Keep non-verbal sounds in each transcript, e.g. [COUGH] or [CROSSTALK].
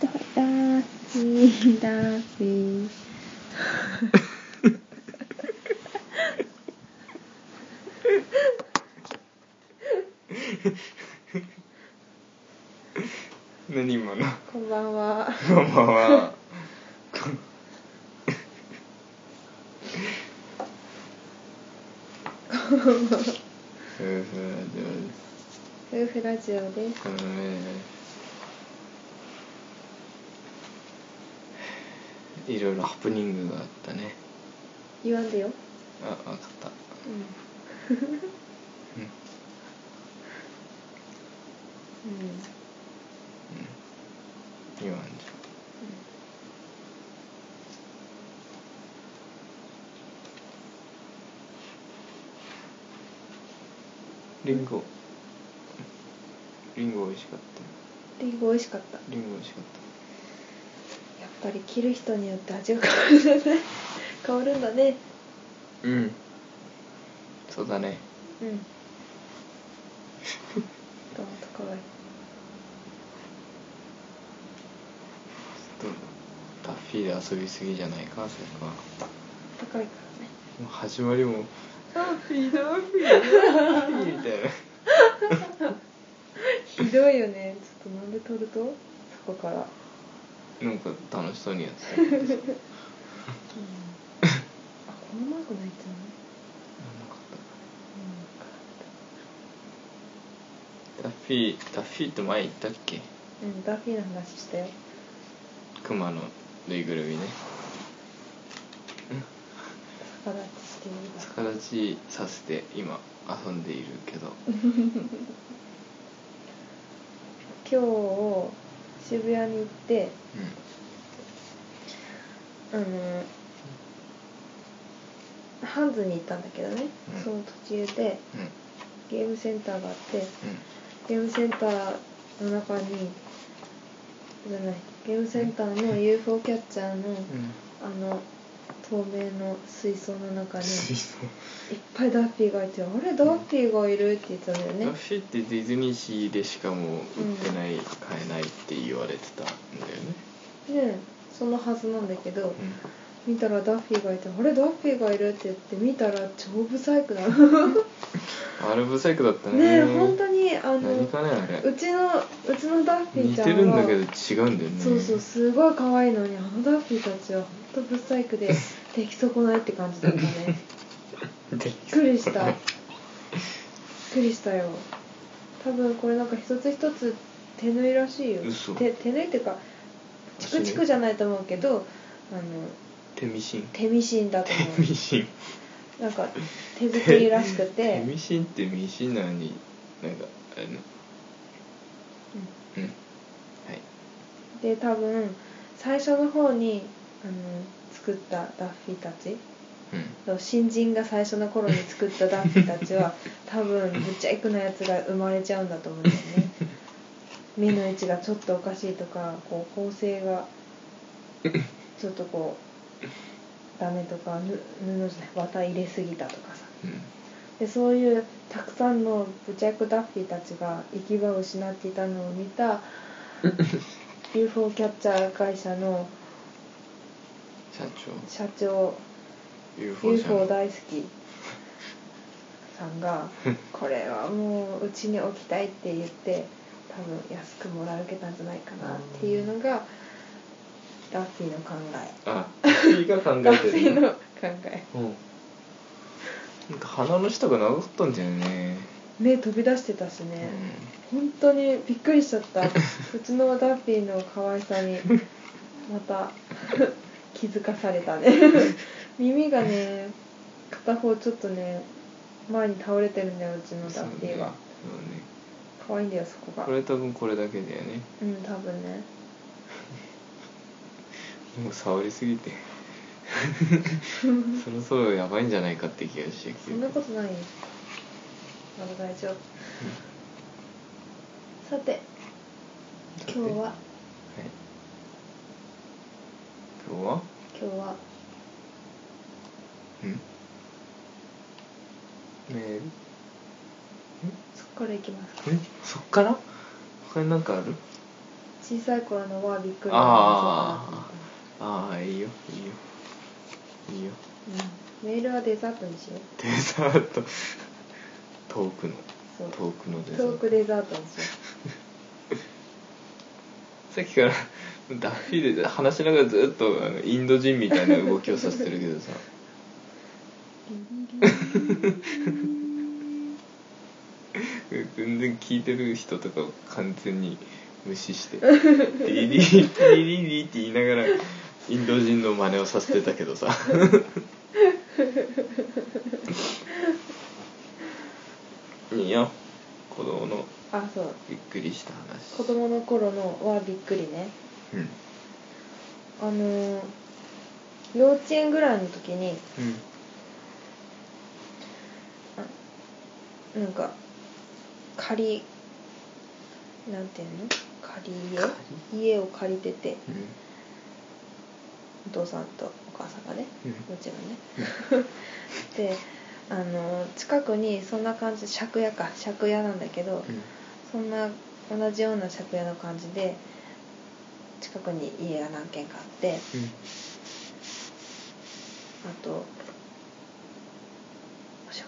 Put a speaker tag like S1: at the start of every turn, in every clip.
S1: だひだひ
S2: 何今の
S1: こんばんは
S2: こんばんは夫婦ラジオです
S1: 夫婦ラジオです
S2: このねいろいろハプニングがあったね
S1: 言わんでよ、
S2: あ分かった
S1: うん、
S2: うん
S1: う
S2: 言わんじゃんりんごりんご美味しかった
S1: ん、リンゴ美味しかったや
S2: りんご美味しかっ
S1: っぱり切る人によって味が変わるんだね変わるんだね
S2: たうんそうだね
S1: うんトマト可愛い
S2: ちょっとダッフィーで遊びすぎじゃないかそれか
S1: 高いからね
S2: もう始まりも
S1: あひどい
S2: ダッフィーみたいな
S1: ひどいよねちょっとなんで撮るとそこから、
S2: なんか楽しそうにやってたけどさなんか
S1: あこのマークないんじゃない
S2: あったダッフィーダッフィーって前言ったっけ
S1: うん、うん、ダッフィーの話したよ
S2: 熊のぬいぐるみね
S1: 逆立ちしてみた
S2: 逆立ちさせて今遊んでいるけど
S1: 今日渋谷に行ってあのハンズに行ったんだけどね、
S2: うん
S1: その途中で
S2: うんうん
S1: ゲームセンターがあってゲームセンターの中にじゃないゲームセンターの UFO キャッチャーの、
S2: うんうん
S1: あの透明の水槽の中に
S2: 水
S1: いっ
S2: 槽
S1: ぱいダッフィーがいて「あれダッフィーがいる」って言ってたんだ
S2: ダ
S1: よ
S2: ッ
S1: ね
S2: フィーってディズニーシーでしかもう売ってない、買えないって言われてたんだよね
S1: でそのはずなんだけど見たらダッフィーがいて「あれダッフィーがいる」って言って見たら超ブサイクだのね
S2: あれ不細工だったね
S1: え本当にあ
S2: 何
S1: の
S2: かねあれ
S1: うちのうちのダッフィー
S2: 似
S1: ちゃん
S2: て
S1: は
S2: るんだけど違うんだよね
S1: そうそうすごい可愛いのにあのダッフィーたちは本当ブサイクで出来損ないって感じだったね
S2: で
S1: びっくりしたびっくりしたよ多分これなんか一つ一つ手縫いらしいよ
S2: 嘘
S1: 手手縫いっていうかチクチクじゃないと思うけどあの
S2: 手ミシン
S1: 手 [LAUGHS] ミシンだと思
S2: 手ミシン
S1: うなんか手作りらしく
S2: 手
S1: て
S2: ミシンってミシンなのになんかあれね
S1: うん
S2: うんはい
S1: で多分最初の方にあの作ったダッフィーたち
S2: うん
S1: 新人が最初の頃に作ったダッフィーたちは多分ぶっちゃいくなやつが生まれちゃうんだと思うんだよね目の位置がちょっとおかしいとかこう構成がちょっとこうダメとかぬ布じゃない綿入れすぎたとかさ
S2: うん
S1: でそういうたくさんのぶちゃいくダッフィーたちが行き場を失っていたのを見た UFO キャッチャー会社の
S2: 社長
S1: 社長
S2: UFO 社
S1: UFO
S2: 長
S1: 大好きさんがこれはもううちに置きたいって言って多分安くもらい受けたんじゃないかなっていうのがダッフィーの考え
S2: あ次が考
S1: ダッ
S2: え
S1: フ
S2: て
S1: ィー
S2: る
S1: [LAUGHS] の
S2: の
S1: 考え
S2: うんなんか鼻の下が長かったんだよね
S1: 目飛び出してたし
S2: う
S1: ね、
S2: ん
S1: 本当にびっくりしちゃった
S2: [LAUGHS]
S1: うちのダッフィーの可愛さにまた気づかされ
S2: [LAUGHS]
S1: たね耳がね片方ちょっとね前に倒れてるんだようちのダ
S2: そ
S1: ッ
S2: う
S1: フィ
S2: ね
S1: ーは
S2: そうね
S1: 可愛いんだよそこが
S2: これ多分これだけだよね
S1: うん多分ね
S2: もう触りす
S1: [LAUGHS]
S2: ぎてそろそろやばいんじゃないかって気がしてき
S1: そ
S2: て
S1: んなことないよまだ大丈夫さて
S2: さて
S1: 今日
S2: はい
S1: は
S2: 今日は
S1: 今日は
S2: うんメール
S1: そこからいきますか
S2: えそっから他になんかある
S1: 小さい頃のはびっくりな
S2: あー
S1: 面白か
S2: ああいいよいいよいいよ
S1: なと思った、うん、メールはデザートにしよう
S2: デザート遠くの
S1: そう
S2: 遠くのデザ
S1: トー
S2: ート
S1: クデザートにしよ
S2: さっきからダッフィーで話しながらずっとあのインド人みたいな動きをさせてるけどさ [LAUGHS] 全然聞いてる人とかを完全に無視
S1: [LAUGHS]
S2: して「ディリリリリリ」って言いながらインド人の真似をさせてたけ
S1: [LAUGHS]
S2: どさいいよ子供の
S1: うあそう
S2: びっくりした話
S1: 子供の頃のはびっくりね
S2: うん
S1: あのー幼稚園ぐらいの時に
S2: うん
S1: なんか仮なんていうの仮家家を借りてて
S2: うん
S1: お父さんとお母さんがね
S2: うん
S1: もちろんね [LAUGHS] であの近くにそんな感じ借家か借家なんだけど
S2: うん
S1: そんな同じような借家の感じで近くに家が何軒かあって
S2: うん
S1: あと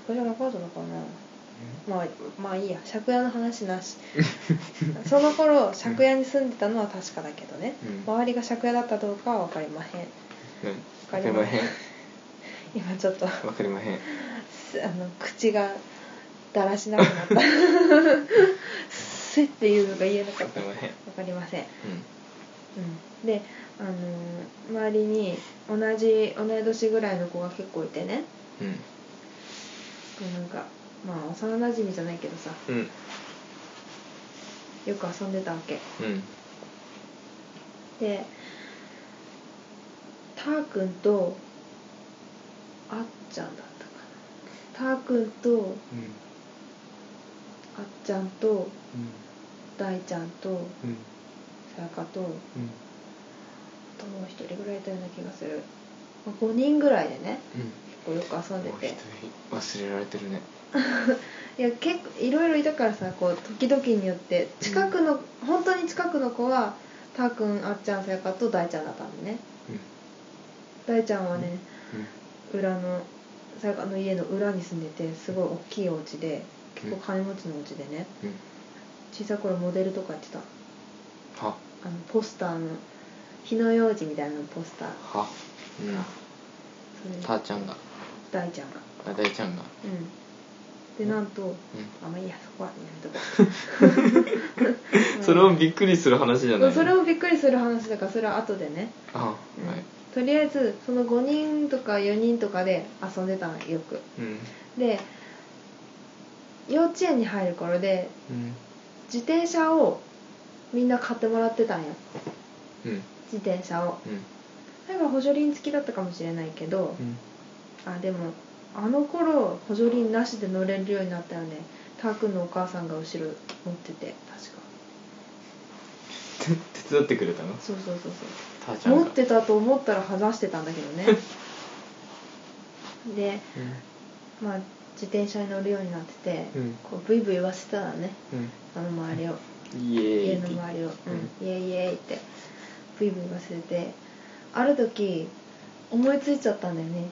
S1: 借家なかったのかなまあまあいいや借家の話な
S2: [LAUGHS]
S1: しその頃借家に住んでたのは確かだけどね
S2: うん
S1: 周りが借家だったかどうかは分かりまへん
S2: うん
S1: か
S2: わか
S1: り
S2: り
S1: ま
S2: ま
S1: へ
S2: へ
S1: ん
S2: ん
S1: 今ちょっ
S2: [LAUGHS]
S1: とあ
S2: わかりまへん
S1: の口がだらしなくなったすっていうのが言えなか
S2: わ
S1: った
S2: か
S1: 分
S2: りまへん
S1: かりません、
S2: うん
S1: うん、で、あのー周りに同じ同い年ぐらいの子が結構いてね
S2: うん
S1: なんかまあ幼なじみじゃないけどさ
S2: うん
S1: よく遊んでたわけ
S2: うん
S1: でたーくんとあっちゃんだったかなたーくんと
S2: うん
S1: あっちゃんと
S2: うん
S1: 大ちゃんと
S2: うん
S1: さやかとあ
S2: うん
S1: ともう一人ぐらいいたような気がするまあ5人ぐらいでね
S2: う
S1: 結構よく遊ん
S2: ん
S1: で
S2: もう一
S1: て
S2: 人忘れられてるね
S1: いや結構いろいろいたからさこう時々によって近くの、本当に近くの子はたーくんあっちゃんさやかと大ちゃんだったんでね
S2: うん
S1: 大ちゃんはね、
S2: うん
S1: 裏のさやかの家の裏に住んでてすごい大きいお家で結構金持ちのお家でね
S2: うん
S1: 小さい頃モデルとかやってた
S2: は
S1: あのポスターの火の用事みたいなポスター
S2: はうん
S1: そ
S2: た
S1: れ
S2: ーちゃんが
S1: 大ちゃんが
S2: あ大ちゃんが
S1: うんでなんと
S2: う
S1: あまあいいやそこはやめとこ
S2: ん
S1: う
S2: それもびっくりする話じゃな
S1: うん [LAUGHS]
S2: い
S1: それもびっくりする話だからそれは後でね、
S2: あは
S1: うん
S2: い
S1: とりあえずその5人とか4人とかで遊んでたのよく
S2: うん
S1: で幼稚園に入る頃で
S2: うん
S1: 自転車をみんな買ってもらってたんよ
S2: うん
S1: 自転車を
S2: うん
S1: だから補助輪付きだったかもしれないけど
S2: うん [LAUGHS]
S1: あでもあの頃補助輪なしで乗れるようになったよねたーくんのお母さんが後ろ持ってて確か
S2: て手伝ってくれたの
S1: そうそうそう
S2: たーち
S1: そ
S2: ゃ
S1: うん持っ
S2: が
S1: てたと思ったら外してたんだけど
S2: [LAUGHS]
S1: ねでまあ自転車に乗るようになってて、
S2: うん
S1: こうブイブイ言わせてたらね
S2: うん
S1: あの周りを
S2: うんイエ
S1: 家
S2: ーイ
S1: の周りを、うん、イエイイエイってブイブイ言わせてある時思いついちゃったんだよね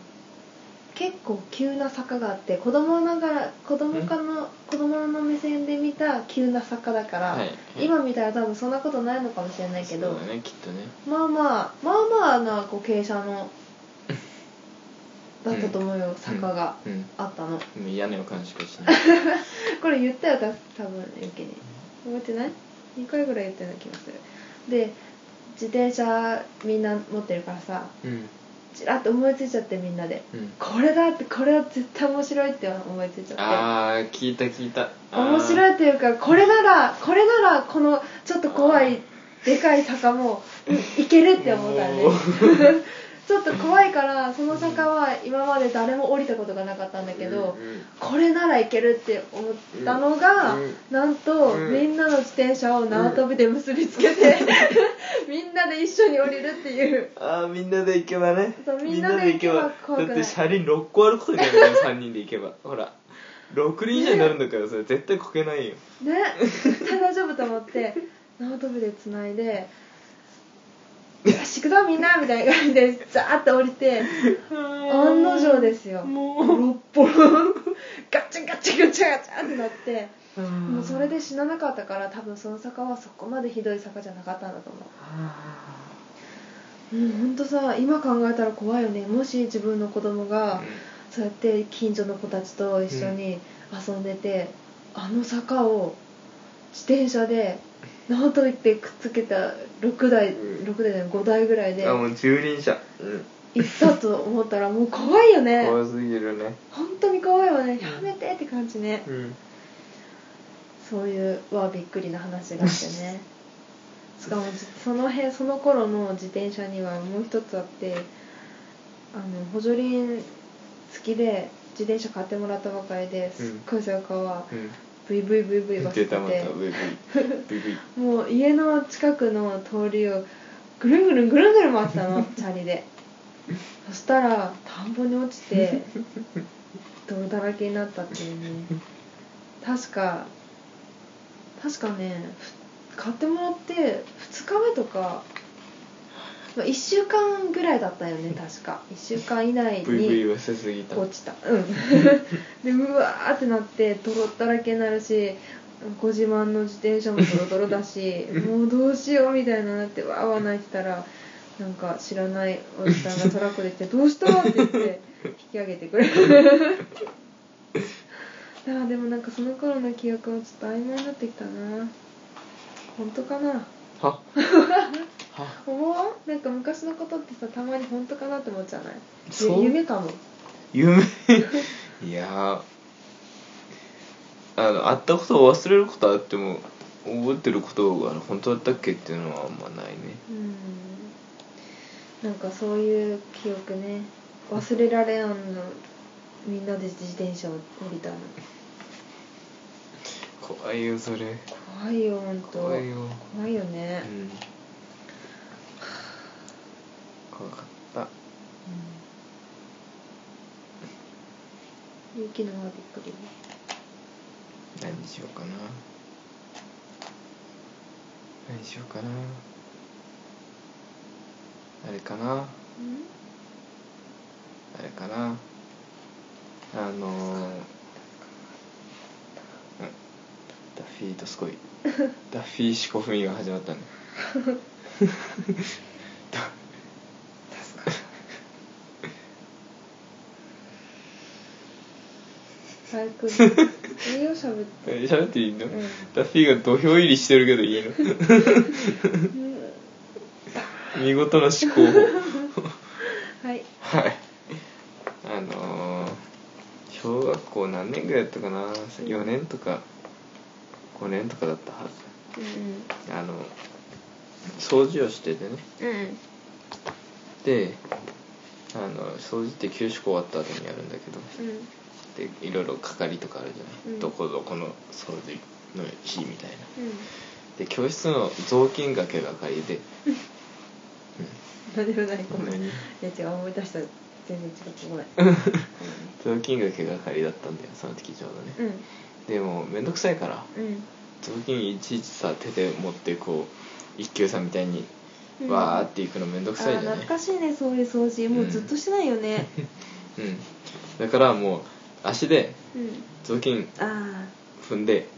S1: 結構急な坂があって子供ながら子供かの子供の目線で見た急な坂だから、
S2: はい
S1: 今見たら多分そんなことないのかもしれないけど、
S2: そうだねきっとね
S1: まあまあまあまあなこう傾斜
S2: [LAUGHS]
S1: のだったと思うよ、坂が
S2: うん
S1: あったの
S2: うん屋根を感じしかしない
S1: [LAUGHS] これ言ったよた多分ゆきに覚えてない2回ぐらい言ったような気がするで自転車みんな持ってるからさ
S2: うん
S1: ちらっと思いついちゃってみんなで
S2: うん
S1: これだってこれは絶対面白いって思いついちゃって
S2: ああ聞いた聞いた
S1: 面
S2: い
S1: 白いっていうかこれならこれならこのちょっと怖いでかい坂もいいけるって思ったよね
S2: お
S1: [LAUGHS] ちょっと怖いからその坂は今まで誰も降りたことがなかったんだけど、これならいけるって思ったのが、
S2: うん
S1: なんと、
S2: うん
S1: みんなの自転車を縄跳びで結
S2: [LAUGHS]
S1: びつけて、みんなで一緒に降りるっていう
S2: ああみんなで行けばね
S1: そうみんなで行けば怖くない
S2: だって車輪6個あることになる
S1: [LAUGHS]
S2: よ3人で行けばほら6輪以上になるんだからそれ絶対こけないよ
S1: ね絶対大丈夫と思って縄跳びでつないで「よし行くぞみんな!」みたいな感じでザーッと降りて案の定ですよ
S2: も
S1: ボロッボロガチャガチャガチャガチャってなって
S2: う
S1: もうそれで死ななかったから多分その坂はそこまでひどい坂じゃなかったんだと思う
S2: あ
S1: もうほんとさ今考えたら怖いよねもし自分の子供
S2: ー
S1: がそうやって近所の子たちと一緒に遊んでて、あの坂を自転車で縄跳びってくっつけた6台
S2: うん
S1: 6台じゃない5台ぐらいで
S2: あもう駐輪車、うん、
S1: 行ったと思ったらもう怖いよね
S2: 怖すぎるね
S1: 本当に怖いわね
S2: ん
S1: やめてって感じね
S2: うん
S1: そういうわあびっくりな話があって
S2: [LAUGHS]
S1: ねしかもじその辺その頃の自転車にはもう一つあってあの補助輪付きで自転車買ってもらったばかりですっごいそよかは
S2: うん
S1: ブイブイブイブイ
S2: 出
S1: 走って
S2: たまた
S1: て
S2: ブイブイブイブイ
S1: もう家の近くの通りをぐるんぐるんぐるんぐるん回ってた [LAUGHS] のチャリでそしたら田んぼに落ちて泥だらけになったっていうね確か確かねふ買ってもらって2日目とか1週間ぐらいだったよね確か1週間以内
S2: ブイブ
S1: に
S2: イはせすぎた
S1: 落ちた
S2: [LAUGHS]
S1: うんでうわーってなって泥だらけになるしご自慢の自転車もドロドロだ
S2: [LAUGHS]
S1: しもうどうしようみたいになってわーわー泣いてたらなんか知らないおじさんがトラックで来て「どうした?」って言って引き上げてくれる [LAUGHS] あーでもなんかその頃の記憶もちょっと曖昧になってきたな本当かな
S2: は
S1: [LAUGHS]
S2: は
S1: 思わんなんか昔のことってさたまに本当かなって思っちゃわない
S2: そう
S1: 夢かも
S2: 夢 [LAUGHS] いやーあの会ったことを忘れることはあっても覚えてることが本当だったっけっていうのはあんまないね
S1: うんなんかそういう記憶ね忘れられんのみんなで自転車を降りたの
S2: 怖いよそれ
S1: 怖いよ本当
S2: 怖いよ
S1: 怖いよね
S2: う、ん怖かった
S1: うん、雪の方がびっくりね
S2: 何にしようかな何にしようかなあれかな
S1: [LAUGHS]
S2: あれかなあのー、うんダッフィーとす
S1: [LAUGHS]
S2: ごいダッフィー四股踏みが始まったねダ
S1: 助かる最高栄養しゃべって
S2: え喋っていいの、
S1: うん
S2: ダッフィーが土俵入りしてるけどい
S1: [LAUGHS]
S2: いの見事な思考
S1: はい
S2: はいあのー、小学校何年ぐらいだったかな4年とか5年とかだったはず
S1: う
S2: あの掃除をしててね
S1: んうん
S2: であの掃除って給食終わった後にやるんだけど
S1: うん
S2: でいろいろ係とかあるじゃない、
S1: うん
S2: どこどこの掃除の日みたいな
S1: うん
S2: で教室の雑巾がけ係で、う
S1: 何もないご
S2: ん、
S1: めんいや
S2: 何
S1: 違う思い出した全然違った [LAUGHS] ごめん
S2: 雑巾がけ係だったんだよその時ちょうどね、
S1: うん
S2: でもめんどくさいから
S1: うん
S2: 雑巾いちいちさ手で持ってこう一休さんみたいに
S1: うん
S2: わーっていくのめんど
S1: あ
S2: くさいじ
S1: ー
S2: ゃない、
S1: 懐かしいねそういう掃除もうずっとしてないよ
S2: [LAUGHS]
S1: ね
S2: うん、だからもう足で
S1: うん
S2: 雑巾
S1: あ
S2: 踏んで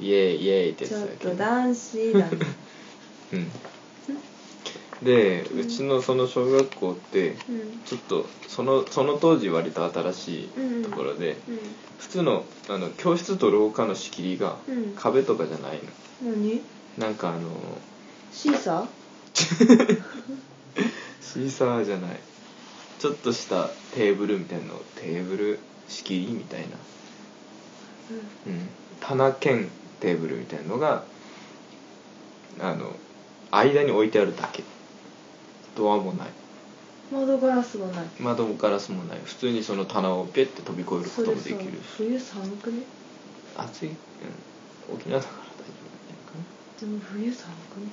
S2: イエーイイエーイって
S1: あ
S2: や
S1: ちょ
S2: つ
S1: っ
S2: だけど
S1: と男子だね
S2: うんでうちのその小学校って
S1: うん
S2: ちょっとそのその当時割と新しいところで、普通のあの教室と廊下の仕切りが
S1: うんうん
S2: 壁とかじゃないの
S1: 何
S2: なんかあの
S1: シーサー
S2: シーサーじゃないちょっとしたテーブルみたいなのテーブル仕切りみたいな、うん、棚兼テーブルみたいなのがあの間に置いてあるだけドアもない
S1: 窓ガラスがない
S2: 窓もガラスもない普通にその棚をペッて飛び越えるこ
S1: そ
S2: と
S1: れ
S2: も
S1: さ
S2: できる
S1: 冬寒くね
S2: 暑い、うん、沖縄だから
S1: でも冬寒くね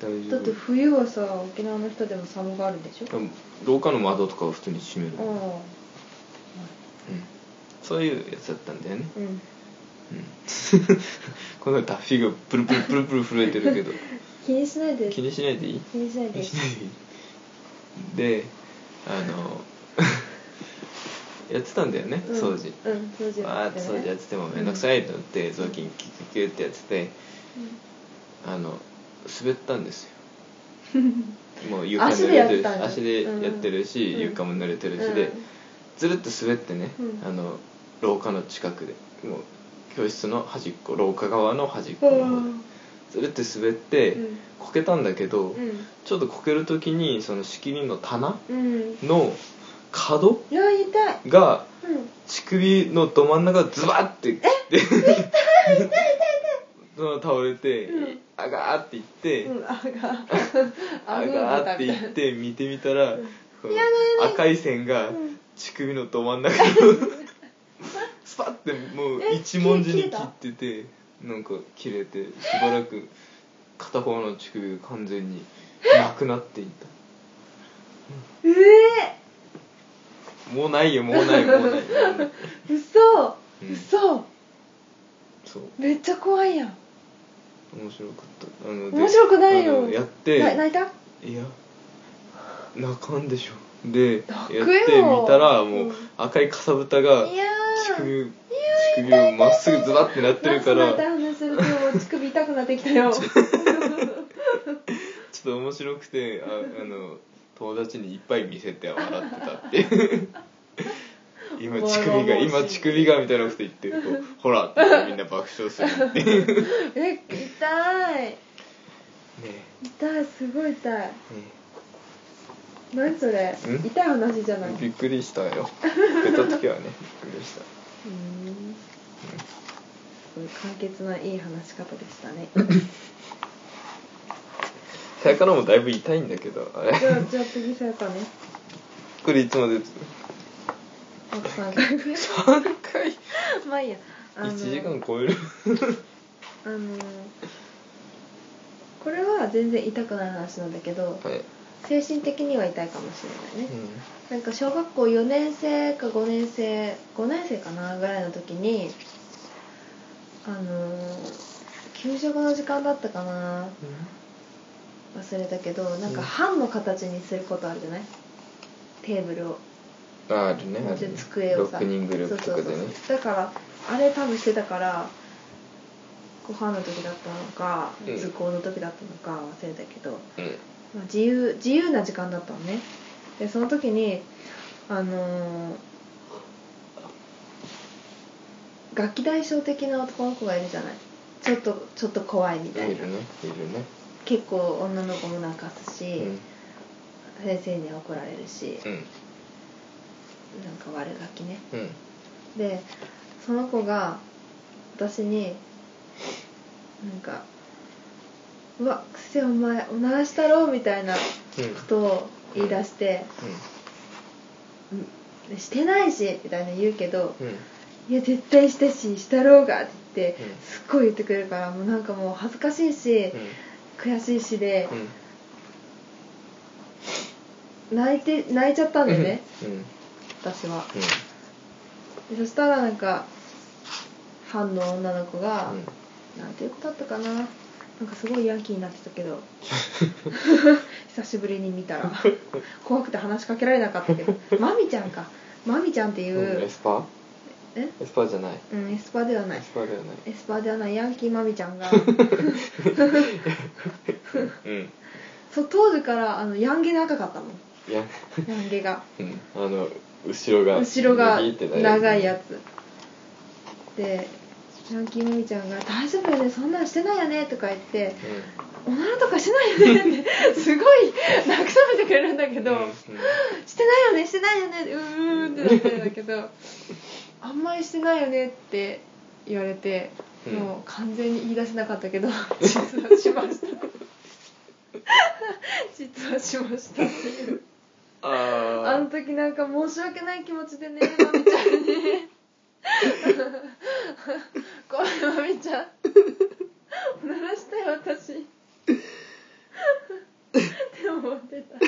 S2: 大丈夫
S1: だ
S2: な
S1: っ
S2: のかな大
S1: て
S2: 丈
S1: 冬はさ沖縄の人でも寒があるでしょ
S2: 夫でも廊下の窓とかを普通に閉める、
S1: あ
S2: うん、
S1: あ
S2: そういうやつだったんだよね、
S1: うん
S2: うん、このダッフィーがプルプルプルプル震えてるけど
S1: 気にしないで
S2: 気にしないでいい
S1: 気にしない
S2: [LAUGHS]
S1: で
S2: しないでいいであのやってたんだよね、
S1: うん
S2: 掃除
S1: うん掃除
S2: わーって掃除やってても面倒くさいと思って雑巾キュキュキュってやっててあの滑った
S1: [LAUGHS]
S2: んですよもう床濡れてるし足
S1: 足でやっ
S2: で
S1: たんだ
S2: やってるし、
S1: うん
S2: 床も濡れてるし
S1: うん
S2: で、ずるっと滑ってね、
S1: うん
S2: あの廊下の近くでもう教室の端っこ廊下側の端っこの方でずるって滑って、
S1: うん
S2: こけたんだけど、
S1: うん
S2: ちょっとこける時にその仕切りの棚
S1: うん
S2: の角
S1: いや痛い
S2: が
S1: うん
S2: 乳首のど真ん中ズバッてえ [LAUGHS] 倒れて、
S1: うん
S2: あがーっていって、
S1: うん、あが、
S2: あがーっていって見てみたら、この
S1: やだやだ
S2: 赤い線が
S1: うん
S2: 乳首のど真ん中
S1: [LAUGHS]
S2: をスパッてもう
S1: え
S2: 一文字
S1: 切
S2: に切
S1: れた
S2: っててなんか切れてしばらく片方の乳首が完全になくなっていた。
S1: ええ
S2: もうないよもうないもう
S1: [LAUGHS]
S2: ないもうない
S1: ー、嘘、
S2: うん
S1: 嘘、
S2: そう
S1: めっちゃ怖いやん。
S2: 面白かったあので
S1: 面白くない
S2: あ
S1: よ。
S2: のやって
S1: な泣いた？
S2: いや泣かんでしょでやっ
S1: 泣
S2: て
S1: くよ
S2: みたらも
S1: うん
S2: う赤いかさぶたが
S1: いや
S2: 乳
S1: ー。
S2: 首乳首をまっすぐズバってなってるか
S1: ナ
S2: ら
S1: スの痛い話
S2: ち
S1: すると乳首痛くなってきたよ。
S2: ょっと面白くてああの友達にいっぱい見せて笑ってたっていう [LAUGHS] 今乳首が今乳首がみたいなこと言ってこうほらってみんな爆笑するっていうね
S1: え、痛い。痛い、すごい痛い。
S2: えねえ
S1: 何それ
S2: ん？
S1: 痛い話じゃない。う
S2: びっくりしたよ出た時はねびっくりした
S1: ーん。すごい簡潔ないい話し方でしたね。
S2: さやからもだいぶ痛いんだけどあれ
S1: じゃあじゃあ次さやかね。
S2: これいつまで
S1: あと3回ぐらい。
S2: 3回
S1: まあいいや。あの
S2: 1時間超える
S1: あのーこれは全然痛くない話なんだけど
S2: はい、
S1: 精神的には痛いかもしれないね、
S2: う、
S1: なんか小学校4年生か5年生5年生かなぐらいの時にあのー給食の時間だったかなん忘れたけどなん
S2: う
S1: か
S2: ん
S1: 班の形にすることあるじゃないテーブルを
S2: ああるねあるね
S1: 机をさ
S2: 6人グループとかでね
S1: そうそうそうだからあれ多分してたからご飯の時だったのか
S2: うん
S1: 図工の時だったのか忘れたけど、
S2: うん
S1: まあ、自由自由な時間だったのねでその時にあのー楽器大将的な男の子がいるじゃないちょっとちょっと怖いみたい
S2: い
S1: な
S2: るねいるね
S1: 結構女の子も泣かすし、
S2: うん
S1: 先生には怒られるし
S2: うん
S1: なんか悪ガキね
S2: うん
S1: でその子が私になんか「うわくせお前おならしたろ」みたいなこ
S2: うん
S1: とを言い出して「してないし」みたいな言うけど
S2: うんう
S1: 「
S2: ん
S1: いや絶対したししたろうが」って言って
S2: うん
S1: すっごい言ってくるからもうなんかもう恥ずかしいし悔しいしで
S2: うん
S1: 泣いて泣いちゃったんだよね
S2: うんうん
S1: 私はでそしたらなんか班の女の子が
S2: うん
S1: なんていうことだったかななんかすごいヤンキーになってたけ
S2: [LAUGHS]
S1: ど久しぶりに見たら怖くて話しかけられなかったけどマミちゃんかマミちゃんってい
S2: うんエ
S1: う、
S2: スパー
S1: え
S2: エスパーじゃない
S1: うん、エスパーではな
S2: エ
S1: い
S2: スパーではない
S1: エスパーではないヤンキーマミちゃん
S2: [LAUGHS]
S1: が
S2: うん
S1: そう当時からあのヤンゲが赤かったもん
S2: いや
S1: ヤンゲが
S2: うんあの後ろが
S1: 後ろが
S2: ビーってなる
S1: 長いやつでヤンキーマミちゃんが「大丈夫よねそんなんしてないよね」とか言って
S2: う
S1: 「おならとかしてないよね」ってすごい慰めてくれるんだけ
S2: ん
S1: ど、
S2: うん
S1: [LAUGHS] してないよねしてないよねうーんってなってるんだけどあんまりしてないよねって言われて、
S2: うん
S1: もう完全に言い出せなかった
S2: [LAUGHS]
S1: けど実はしました [LAUGHS] 実はしましたっていう
S2: あ
S1: あの
S2: ー
S1: 時なんか申し訳ない気持ちでね [LAUGHS] まみちゃんにごめんまみちゃんおならしたよ私って思ってた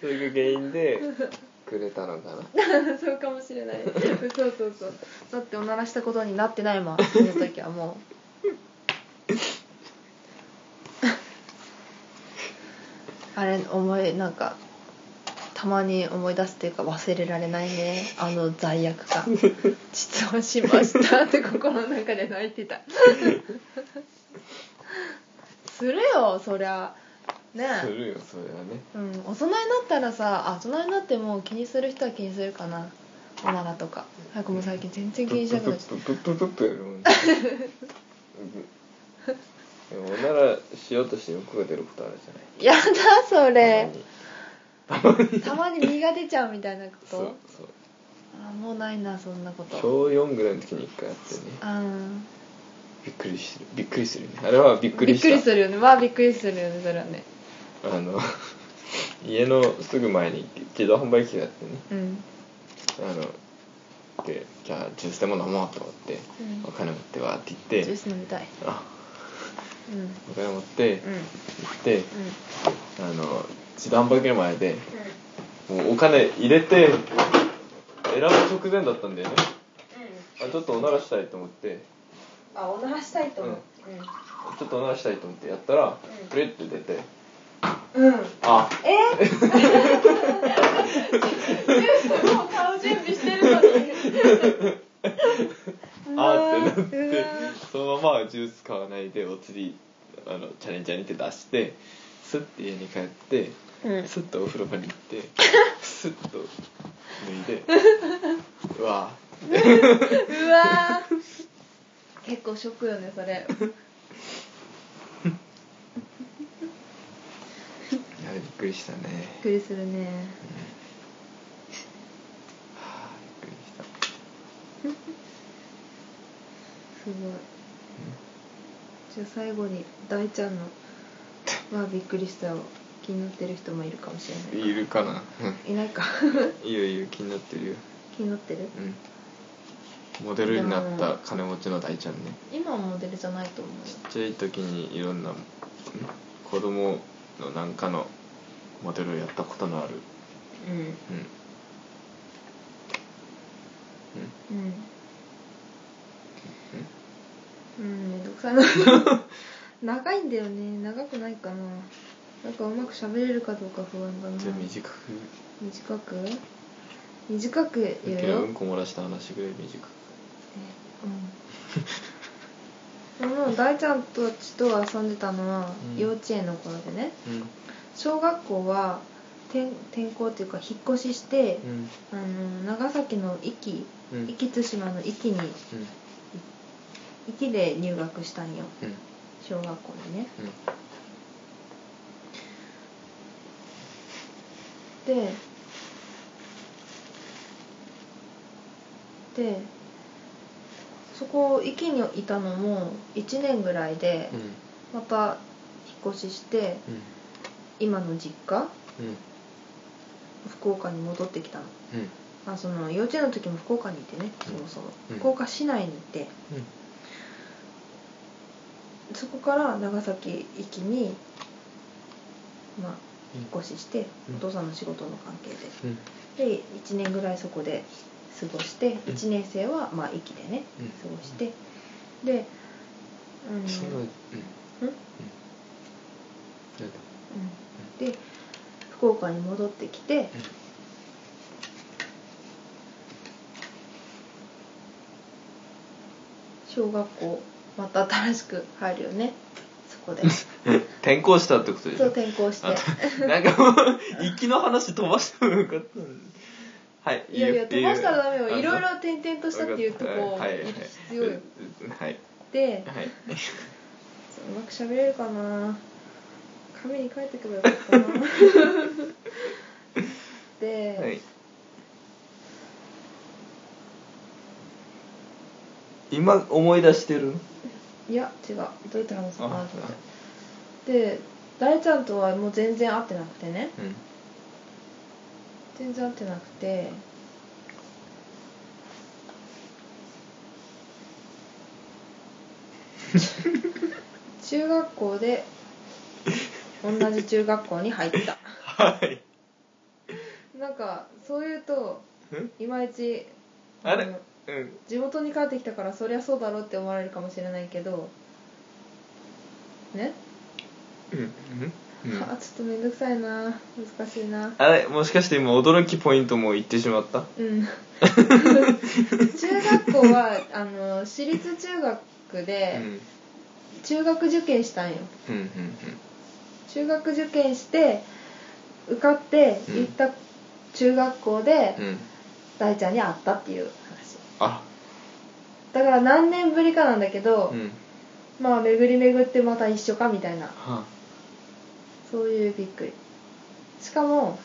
S2: それが原因でくれたのかな
S1: [LAUGHS] そうかもしれないそうそうそうだっておならしたことになってないもんその時はもう [LAUGHS] あれ思いなんかたまに思い出すっていうか忘れられないねあの罪悪感実はしましたって心の中で泣いてたするよそりゃね
S2: するよそれはね
S1: うん、大人になったらさあ大人になっても気にする人は気にするかなおならとか早くもう最近全然気にしなくなっちゃっ
S2: プップップップップップップやるもんねでもおならしようとして欲が出ることあるじゃない
S1: たやだそれ
S2: たまに
S1: たまに身が出ちゃうみたいなこ
S2: そう
S1: と
S2: そう
S1: あもうないなそんなこと
S2: 小4ぐらいの時に一回やってね
S1: うん
S2: びっくりするびっくりするねあれはびっく
S1: びっ
S2: りした
S1: くりするよねまあびっくりするよねそれはね
S2: あの家のすぐ前に自動販売機があってね
S1: うん
S2: あのでじゃあジュースでも飲もうと思って、
S1: うん
S2: お金持ってわーって
S1: ジュー
S2: 言って
S1: ス飲みたい
S2: あ
S1: うんうん
S2: お金持って
S1: うん
S2: 行って、あの自動販売機の前でもうお金入れて選ぶ直前だったんだよねあちょっとおならしたいと思って
S1: あおならしたいと
S2: 思う
S1: う
S2: ちょっとおならしたいと思ってやったら
S1: ん
S2: プレって出て
S1: んうん
S2: あ
S1: えジュースもう買う準備してるのに
S2: [LAUGHS] あーってなっ
S1: う
S2: て
S1: わ
S2: そのままジュース買わないでお釣りあのチャレンジャーに手出してスッて家に帰って
S1: うん
S2: スッとお風呂場に行って [LAUGHS] スッと脱いで [LAUGHS] うわ
S1: うわー結構ショックよねそれ
S2: あれびっくりしたね
S1: びっくりするね
S2: はあびっくりした
S1: すごいじゃあ最後に大ちゃんのまあびっくりしたを気になってる人もいるかもしれない
S2: いるかな
S1: いないか [LAUGHS]
S2: いいよいいよ気になってるよ
S1: 気になってる
S2: うんモデルになった金持ちの大ちゃんね
S1: 今はモデルじゃないと思う
S2: ち
S1: よ
S2: っちゃい時にいろんなん子供のなんかのモデルをやったことのある
S1: う
S2: うんうん
S1: んうんうんめんどくさいな長いんだよね長くないかななんかうまく喋れるかどうか不安だな
S2: じゃあ短く
S1: 短く短く
S2: さっ
S1: 言
S2: き
S1: うよ
S2: のうんこ漏らした話ぐらい短く
S1: うん、でも
S2: [LAUGHS]
S1: 大ちゃんとちと遊んでたのは
S2: うん
S1: 幼稚園の頃でね、
S2: うん
S1: 小学校は転転校っていうか引っ越しして、
S2: う
S1: あ
S2: ん
S1: の長崎の壱岐
S2: うんうん
S1: 壱岐対馬の壱岐に
S2: うん
S1: 壱岐で入学したんよ
S2: うん
S1: 小学校にねででそこ壱岐にいたのも1年ぐらいで
S2: う
S1: ま
S2: ん
S1: た引っ越しして今の実家
S2: うんうん
S1: 福岡に戻ってきたの
S2: うん
S1: あその幼稚園の時も福岡にいてねそ
S2: うん
S1: もそも、
S2: うん
S1: 福岡市内にいて
S2: うん
S1: そこから長崎行きにまあ引っ越しして、
S2: うん
S1: お父さんの仕事の関係
S2: うん
S1: でで1年ぐらいそこで過ごして
S2: うん
S1: 1年生はまあ駅でね
S2: うん
S1: 過ごしてでうん、うん
S2: そのうん
S1: う
S2: うんんなんだ
S1: で福岡に戻ってきて小学校また新しく入るよねそこで
S2: うん転校したってことでし
S1: そう
S2: ょ
S1: 転校して
S2: あとなんかもう粋の話飛ばしてもよかったのにはい
S1: いやいや飛ばしたらダメよ
S2: あ
S1: いろいろ転々としたっていうとこを
S2: はいはい
S1: 必要よ
S2: はい
S1: で
S2: はい
S1: そううまく喋れるかな紙に書いてくればよかった
S2: [LAUGHS]
S1: なで、
S2: はい今思い出してるの
S1: いや違うどうやって話すかな
S2: あ
S1: と思ってで大ちゃんとはもう全然会ってなくてね
S2: うん
S1: 全然会ってなく
S2: [LAUGHS]
S1: て中学校で同じ中学校に入った
S2: はい
S1: なんかそういうと
S2: うん
S1: いまいち
S2: あれ
S1: の
S2: うん
S1: 地元に帰ってきたからそりゃそうだろうって思われるかもしれないけどね、
S2: うんうんうん
S1: [LAUGHS] あちょっと面倒くさいな難しいな
S2: [LAUGHS] あれもしかして今驚きポイントも言ってしまった
S1: うん
S2: [LAUGHS]
S1: 中学校はあの私立中学
S2: う
S1: で
S2: ん
S1: 中学受験したんよ
S2: うんうん
S1: 中学受験して受かって
S2: うん
S1: 行った中学校で
S2: うんうん
S1: 大ちゃんに会ったっていう話
S2: あ
S1: だから何年ぶりかなんだけど、
S2: うん
S1: まあ巡り巡ってまた一緒かみたいな
S2: は
S1: そういうびっくりしかも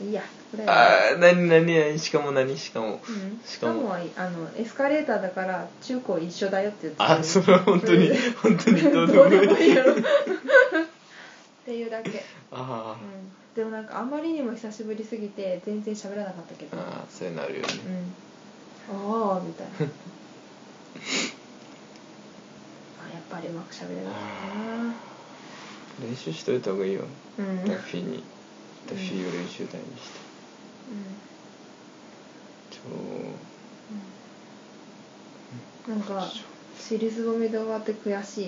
S1: いいやこれ
S2: ああー何何何しかも何しかも
S1: うん、し
S2: し
S1: か
S2: か
S1: も
S2: も
S1: あのエスカレーターだから中高一緒だよって言ってた
S2: あそれは本当に本当にどうで
S1: どう
S2: も
S1: で
S2: いい
S1: もいいやろっていうだけ、うん、
S2: あ
S1: でもなんかあまりにも久しぶりすぎて全然喋らなかったけ
S2: ー
S1: ど
S2: あーそういうのあるよね
S1: うんああみ
S2: [LAUGHS]
S1: たいなあやっぱりうまく喋れなか
S2: 練習しといた方がいいよ
S1: ったなうん、うん
S2: ダッフィーにダッフィーを練習台にして超
S1: うんなんか尻すぼみで終わって悔
S2: [LAUGHS]
S1: し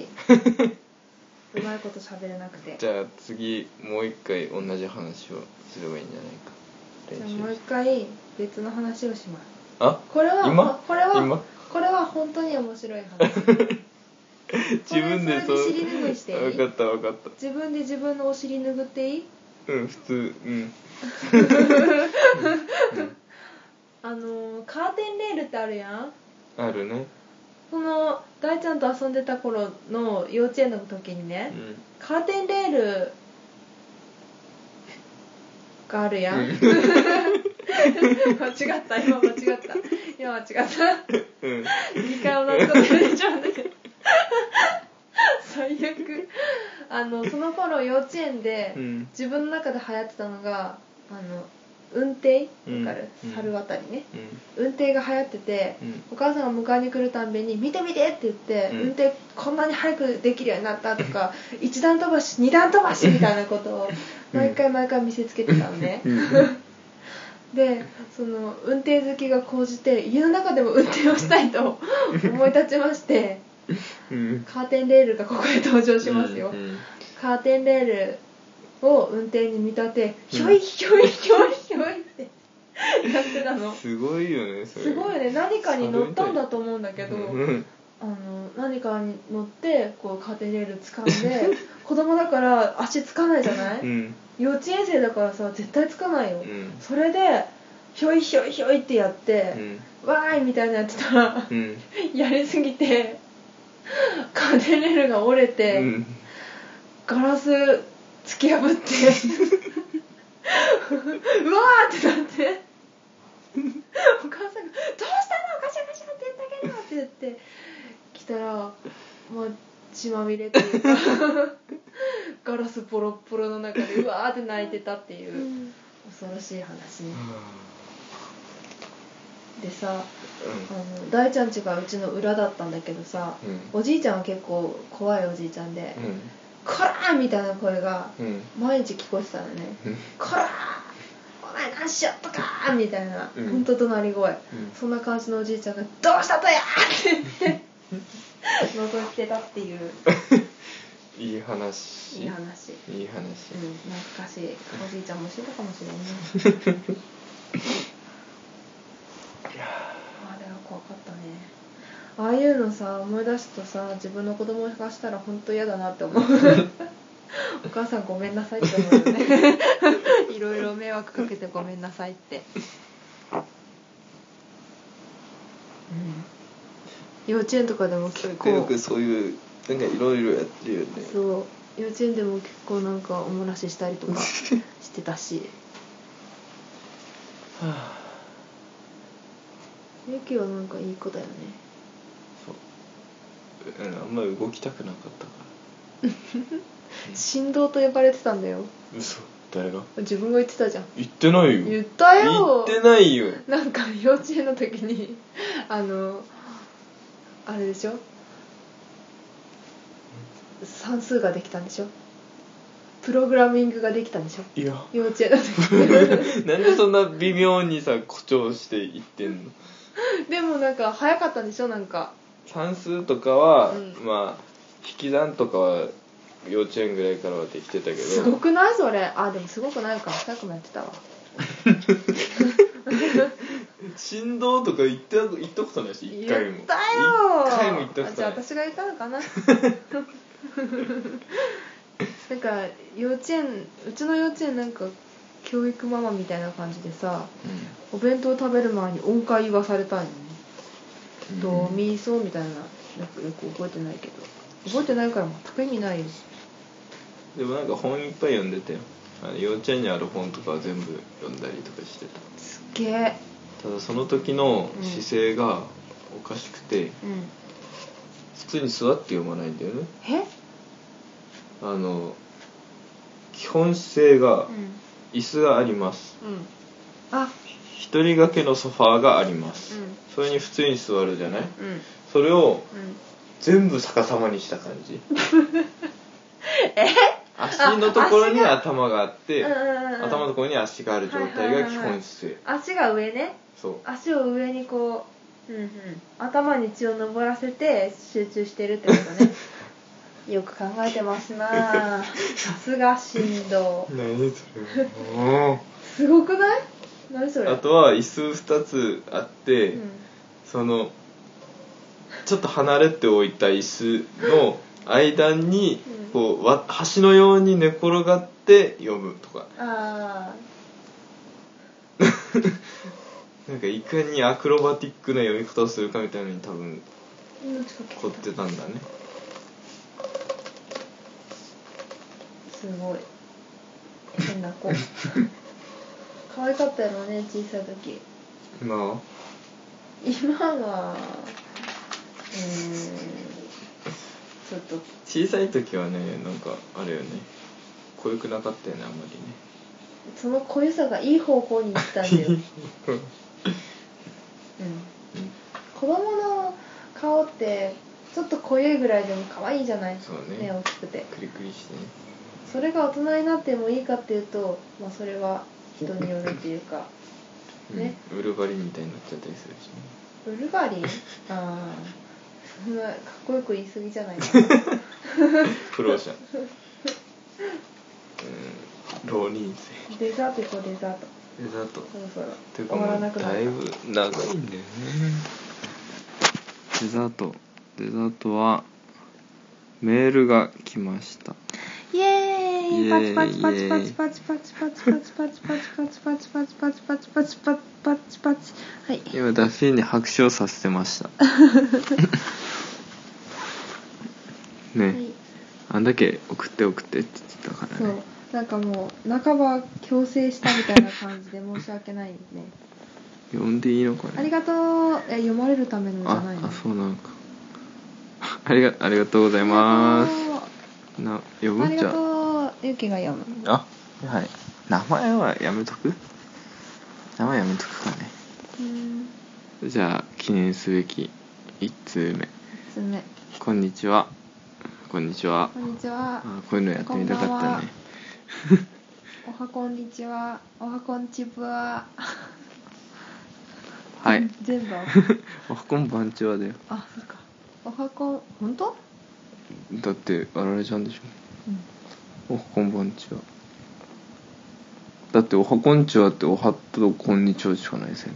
S1: いうまいこと喋れなくて
S2: じゃあ次もう一回同じ話をすればいいん
S1: じ
S2: じゃ
S1: ゃ
S2: な
S1: あ
S2: いか
S1: もう
S2: 練習
S1: 一
S2: して
S1: 回別の話をします
S2: あ
S1: これは
S2: 今
S1: これは
S2: 今
S1: これは本当に面白い話
S2: 自分で
S1: それ尻拭いしていい
S2: 分かった分かった
S1: 自分で自分のお尻拭っていい
S2: うん普通うん
S1: あのーカーテンレールってあるやん
S2: あるね
S1: その大ちゃんと遊んでた頃の幼稚園の時に
S2: う
S1: ね、
S2: ん
S1: カーテンレールがあるやん、
S2: うん
S1: [LAUGHS] 間違った今間違った今間違った
S2: うん
S1: 2回同じこと言っちゃうんだけど最悪あのその頃幼稚園で
S2: うん
S1: 自分の中で流行ってたのがあの運転
S2: うん
S1: わかる、
S2: うん
S1: 猿渡りね
S2: うん
S1: 運転が流行ってて、
S2: うん
S1: お母さんが迎えに来るたんびに「見て見て!」って言って、
S2: うん
S1: 運転こんなに早くできるようになったとか一段飛ばし二段飛ばしみたいなことを
S2: うん
S1: 毎回毎回見せつけてたのね、
S2: うん
S1: でその運転好きが高じて家の中でも運転をしたい
S2: [LAUGHS]
S1: と思い立ちまして
S2: うん
S1: カーテンレールがここへ登場しますよ、
S2: うん
S1: カーテンレールを運転に見立てひょいひょいひょいひょいってやってたの
S2: すごいよねそれ
S1: すごいね何かに乗ったんだと思うんだけど
S2: うん
S1: あの何かに乗ってこうカーテンレール掴んで
S2: [LAUGHS]
S1: 子供だから足つかないじゃない、
S2: うん
S1: 幼稚園生だからさ絶対つかないよ、
S2: うん
S1: それでひょいひょいひょいってやって、
S2: うん
S1: わーいみたいなやってたら、
S2: うん
S1: やりすぎてカーテンレールが折れて、
S2: うん
S1: ガラス突き破って
S2: [LAUGHS]
S1: うわーってなってお母さんが「どうしたのガシャガシャって言ったけど」って言って来たらまあ血まみれと
S2: [LAUGHS]
S1: いうかガラスボロッボロの中でうわーって泣いてたっていう恐ろしい話ねでさあの大ちゃん家がうちの裏だったんだけどさ、
S2: う
S1: おじいちゃんは結構怖いおじいちゃんで
S2: ん
S1: 「こらー!」みたいな声が
S2: うんうん
S1: 毎日聞こえてたのね
S2: うん
S1: 「こらーお前何しよっとかー!」みたいな
S2: うん
S1: 本当怒鳴り声そんな感じのおじいちゃんが「どうしたとや!」って言っ
S2: [LAUGHS]
S1: て覗いてたっていう
S2: いい話
S1: いい話
S2: いい話
S1: うん懐かしいおじいちゃんもしてたかもしれないねあれは怖かったねああいうのさ思い出すとさ自分の子供がしたら本当嫌だなって思うお母さんごめんなさいって思うよねいろいろ迷惑かけてごめんなさいってうん幼稚園とかでも結構
S2: よくそういうなんかいろいろやってるよね
S1: そう幼稚園でも結構なんかおもらししたりとかしてたし
S2: はあ
S1: ゆきはなんかいい子だよね
S2: そううんあんまり動きたくなかったか
S1: 振動と呼ばれてたんだよ
S2: ら嘘誰が
S1: 自分が言ってたじゃん
S2: 言ってないよ
S1: 言った
S2: 言
S1: よ
S2: ってないよ
S1: なんか幼稚園の時にあのあれでしょ算数ができたんでしょプログラミングができたんでしょ
S2: いや
S1: 幼稚園の時
S2: [LAUGHS] なんでそんな微妙にさ誇張していってんの
S1: でもなんか早かったんでしょなんか
S2: 算数とかは、
S1: うん
S2: まあ引き算とかは幼稚園ぐらいからはできてたけど
S1: すごくないそれあでもすごくないか早くもやってたわ
S2: 振動とか行った行ったことないし一回も
S1: 言ったよー
S2: 一回も行った
S1: あ
S2: こ
S1: じゃあ
S2: とない
S1: 私が言ったのか
S2: [LAUGHS]
S1: ななんか幼稚園うちの幼稚園なんか教育ママみたいな感じでさお弁当食べる前に音階言わされたんよね
S2: うん
S1: ドミソみたいななんかよく覚えてないけど覚えてないから全く意味ないよ
S2: でもなんか本いっぱい読んでたよあの幼稚園にある本とかは全部読んだりとかしてた
S1: すっげえ
S2: ただその時の姿勢がおかしくて、
S1: うん
S2: 普通に座って読まないんだよね
S1: え
S2: あの基本姿勢が
S1: う
S2: 椅子があります
S1: んうんあ
S2: 一人掛けのソファーがあります、
S1: うん
S2: それに普通に座るじゃない
S1: うん
S2: それを
S1: うん
S2: 全部逆さまにした感じ
S1: [LAUGHS] え
S2: 足のところに頭があって
S1: うんうんうんうん
S2: 頭のところに足がある状態が基本姿勢
S1: 足が上ね
S2: そ
S1: 足を上にこう、うんうん、頭に血を上らせて集中してるってことね [LAUGHS] よく考えてます [LAUGHS] なあさすが振動
S2: う何それ
S1: すごくない何それ
S2: あとは椅子2つあって、
S1: うん、
S2: そのちょっと離れておいた椅子の間に
S1: うん
S2: こうわ橋のように寝転がって読むとか [LAUGHS]
S1: ああ
S2: なんかいかにアクロバティックな読み方をするかみたいなのに多分
S1: 命かけ
S2: 凝ってたんだね
S1: すごい変な
S2: [LAUGHS]
S1: 子可愛かったよね小さい時
S2: ま
S1: 今はうーんちょっと
S2: あ小さい時はねなんかあれよね濃ゆくなかったよねあんまり
S1: その濃ゆさがいい方向に行ったん
S2: [LAUGHS]
S1: だよ、 [LAUGHS] うん
S2: ね、
S1: 子供の顔ってちょっと濃ゆいぐらいでも可愛いじゃない
S2: そうね
S1: 目大きくて
S2: クリクリしてね
S1: それが大人になってもいいかっていうと、まあ、それは人によるっていうかね
S2: うん、ウルヴァリンみたいになっちゃったりするしね
S1: ブルガリンああそんなかっこよく言い過ぎじゃないか
S2: プ
S1: [LAUGHS]
S2: ロじゃんうん浪人生
S1: デザート行こうデザート
S2: デザート
S1: そろそろ
S2: ていうか
S1: 終
S2: も
S1: わら
S2: う
S1: なくなっ
S2: だ
S1: た
S2: いぶ長いんだよねデザートデザートはメールが来ました
S1: イエーイ
S2: イエ
S1: パ
S2: ー
S1: チ
S2: イ
S1: パチパチパチパチパチパチパチパチパチパチパチパチパチパチパチパチパチパチはい
S2: 今ダッフィーに拍手をさせて
S1: [LAUGHS]
S2: ましたね、
S1: はい
S2: あんだけ送って送ってって言ってたから
S1: そ
S2: ね
S1: うなんかもう半ば強制したみたいな感じで申し訳ないね
S2: 呼んでいいのか
S1: あ
S2: な
S1: りがとうえ読まれるためのじゃ
S2: あ
S1: ないの
S2: あそうなのか [LAUGHS] ありがありがとうございます
S1: あ
S2: な呼
S1: りがとうあ
S2: ぶ
S1: り
S2: んじ
S1: が
S2: ゃあ
S1: とうゆきが読む
S2: あはい名前はやめとく名前やめとくかね
S1: うん
S2: じゃあ記念すべき1通目
S1: 一つ目
S2: こんにちはこんにちは
S1: こんにちは
S2: あこういうのやってみたか
S1: こんばん
S2: った
S1: は
S2: ね
S1: おはこんにちはおはこんちぶわ
S2: はい
S1: [LAUGHS]
S2: [LAUGHS]
S1: 全部お
S2: あこんばんちはだよ
S1: あそうかおはこん本当
S2: だってあられちゃんでし
S1: うん
S2: ょおはこんばんちはだっておはこんちはっておはとこんにちはしかない
S1: [LAUGHS]
S2: ですよ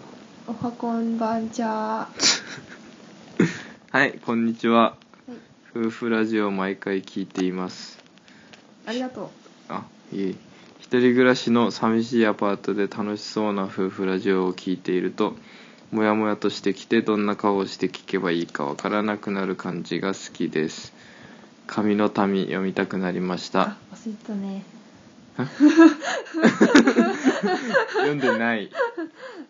S1: おはこんばんちゃ
S2: はいこんにちは
S1: はい
S2: 夫婦ラジオ毎回聞いています
S1: ありがとう
S2: あいえ一人暮らしの寂しいアパートで楽しそうな夫婦ラジオを聞いているとモヤモヤとしてきてどんな顔をして聞けばいいかわからなくなる感じが好きです紙の民読みたくなりました
S1: あ忘れてたね
S2: 読んでない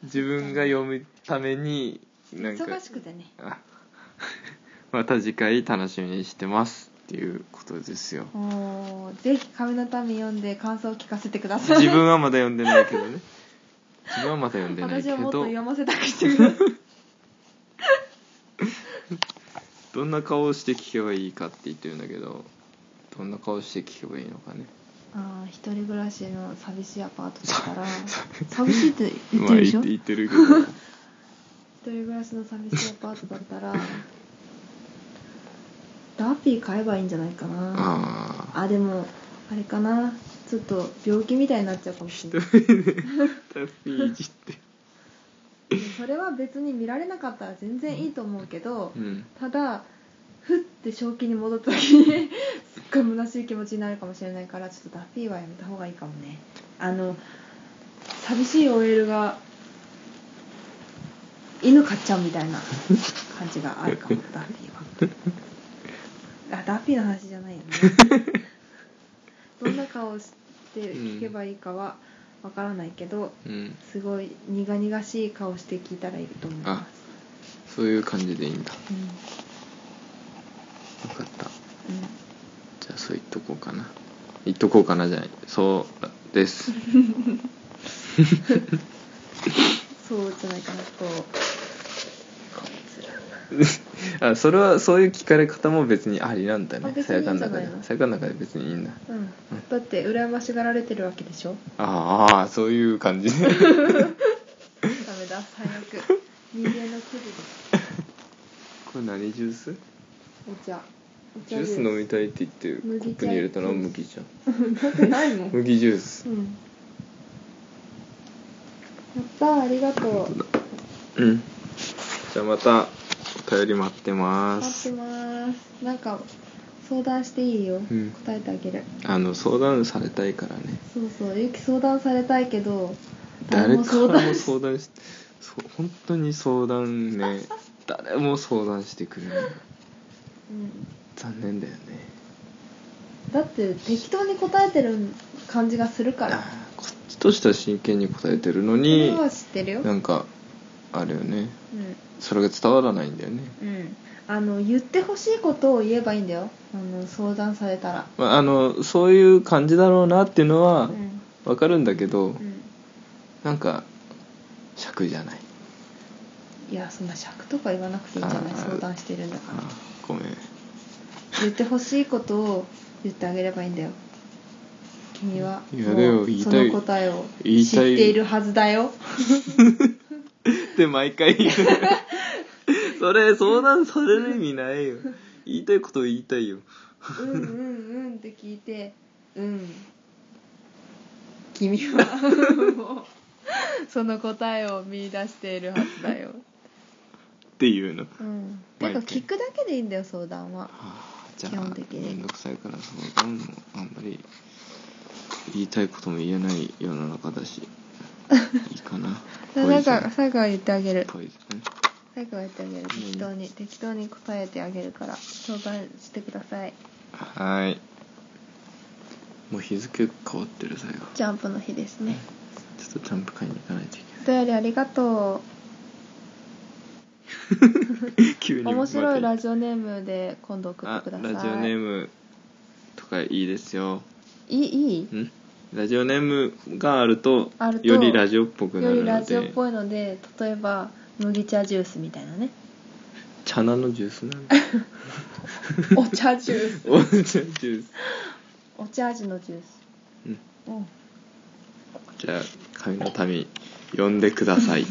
S2: 自分が読むためになんか
S1: 忙しくてね
S2: あ [LAUGHS] また次回楽しみにしてますっていうことですよ
S1: おーぜひ紙の民読んで感想を聞かせてください
S2: 自分はまだ読んでないけどね自分はまだ読んでない
S1: 私
S2: け
S1: はもっと
S2: ど
S1: 読ませたくしてください
S2: どんな顔をして聞けばいいかって言ってるんだけどどんな顔して聞けばいいのかね
S1: [LAUGHS] ああ一人暮らしの寂しいアパートだ
S2: [LAUGHS]
S1: から寂しいって言っ
S2: ま
S1: て
S2: あ
S1: るでし
S2: 言
S1: ょ、
S2: って言
S1: 一
S2: ってるけど
S1: 人暮らしの寂しいアパートだったらダッフィー買えばいいんじゃないかな
S2: ああ
S1: あでもあれかなちょっと病気みたいになっちゃうかもしれない
S2: タッフィーいじって
S1: でもそれは別に見られなかったら全然いいと思うけど、
S2: うん
S1: ただふって正気に戻った時に [LAUGHS] すっごい虚しい気持ちになるかもしれないからちょっとダッフィーはやめた方がいいかもねあの寂しい OL が犬飼っちゃうみたいな感じがあるかもダッフィ [LAUGHS] ーはあダッフィーの話じゃないよ [LAUGHS] ねどんな顔をして聞けばいいかはわからないけど、
S2: うん
S1: すごい苦々しい顔して聞いたらいいと思います
S2: そういう感じでいいんだ
S1: うんうん
S2: 分かったじゃあそう言っとこうかな言っとこうかなじゃないそうです
S1: そうじゃないかなと
S2: あそれはそういう聞かれ方も別にありなんだ
S1: あ
S2: ね
S1: 別
S2: さや
S1: にい
S2: か
S1: いん
S2: の
S1: じゃ
S2: 中
S1: な
S2: で
S1: いの
S2: さやかの中で別にいいんだ
S1: うんだって羨ましがられてるわけでしょ
S2: ああそういう感じね
S1: ダメだ最悪人間のクズです
S2: これ何ジュース
S1: お茶お
S2: ジ
S1: 茶
S2: ュース飲みたいって言ってコ
S1: 麦茶
S2: ップに入れたのは麦じゃん
S1: だってない
S2: [LAUGHS]
S1: もんうん
S2: 麦ジュース
S1: やったーありがとう待
S2: うんじゃあまたお便り待ってま
S1: って
S2: す
S1: ますなんか相談していいよ、
S2: うん
S1: 答えてあげる
S2: あの相談されたいからね
S1: そうそうゆき相談されたいけど誰
S2: 誰からも
S1: も相
S2: 相談しそう本当に相談ね誰も相談してくれない
S1: うん
S2: 残念だよね
S1: だって適当に答えてる感じがするから
S2: あーこっちとしては真剣に答えてるの
S1: それ
S2: に
S1: は知ってるよ
S2: なんかあれよね
S1: うん
S2: それが伝わらないんだよね
S1: うんあの言ってほしいことを言えばいいんだよあの相談されたら
S2: まあ、あのそういう感じだろうなっていうの
S1: う
S2: は
S1: ん
S2: わかるんだけど、
S1: うん
S2: なんか尺じゃない
S1: いやそんな尺とか言わなくていいんじゃない
S2: あー
S1: 相談してるんだから
S2: あごめん
S1: 言ってほしいことを言ってあげればいいんだよ君はい
S2: やでも
S1: もう
S2: 言い
S1: そ
S2: たい
S1: の答えを
S2: 言い
S1: 知った
S2: い
S1: ているはずだよ
S2: って毎
S1: [LAUGHS]
S2: 回言うそれ相談される意味ないよ言いたいことを言いたいよ
S1: うんうんうんって聞いてうん君はもうその答えを見出しているはずだよ
S2: っていうの
S1: うんてか
S2: マイケル
S1: 聞くだけでいいんだよ相談は
S2: あーじゃ
S1: 基
S2: あ
S1: 本的に
S2: めんどくさいから相談もあんまり言いたいことも言えない世の中だしいいかな
S1: だから [LAUGHS] なんか最後は言ってあげる
S2: ポイズン
S1: 最後は言ってあげる適当に適当に答えてあげるから相談してください
S2: はいもう日付変わってる最後ち
S1: ジャンプの日ですね
S2: ょっとジャンプ買いに行かないといけ
S1: お便りありがと
S2: ない急
S1: う
S2: に
S1: 面白いラ
S2: ジ
S1: ジオネームで今度送ってください
S2: ラジオネームとかいいですよ
S1: いいいい
S2: んラジオネームがあると
S1: あると
S2: よりラジオっぽくな
S1: よ
S2: る
S1: りラ
S2: の
S1: ジオっ
S2: で
S1: ぽいので例えば麦茶ジュースみたい
S2: [LAUGHS]
S1: なね
S2: 茶菜のジュースなんだ
S1: お茶ジュース
S2: お茶ジュース
S1: お茶味のジュース
S2: うん
S1: うん
S2: じゃあ神の民呼んでください
S1: さ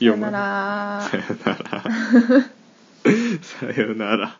S1: よな
S2: 読ま
S1: ら
S2: ないさよならさよなら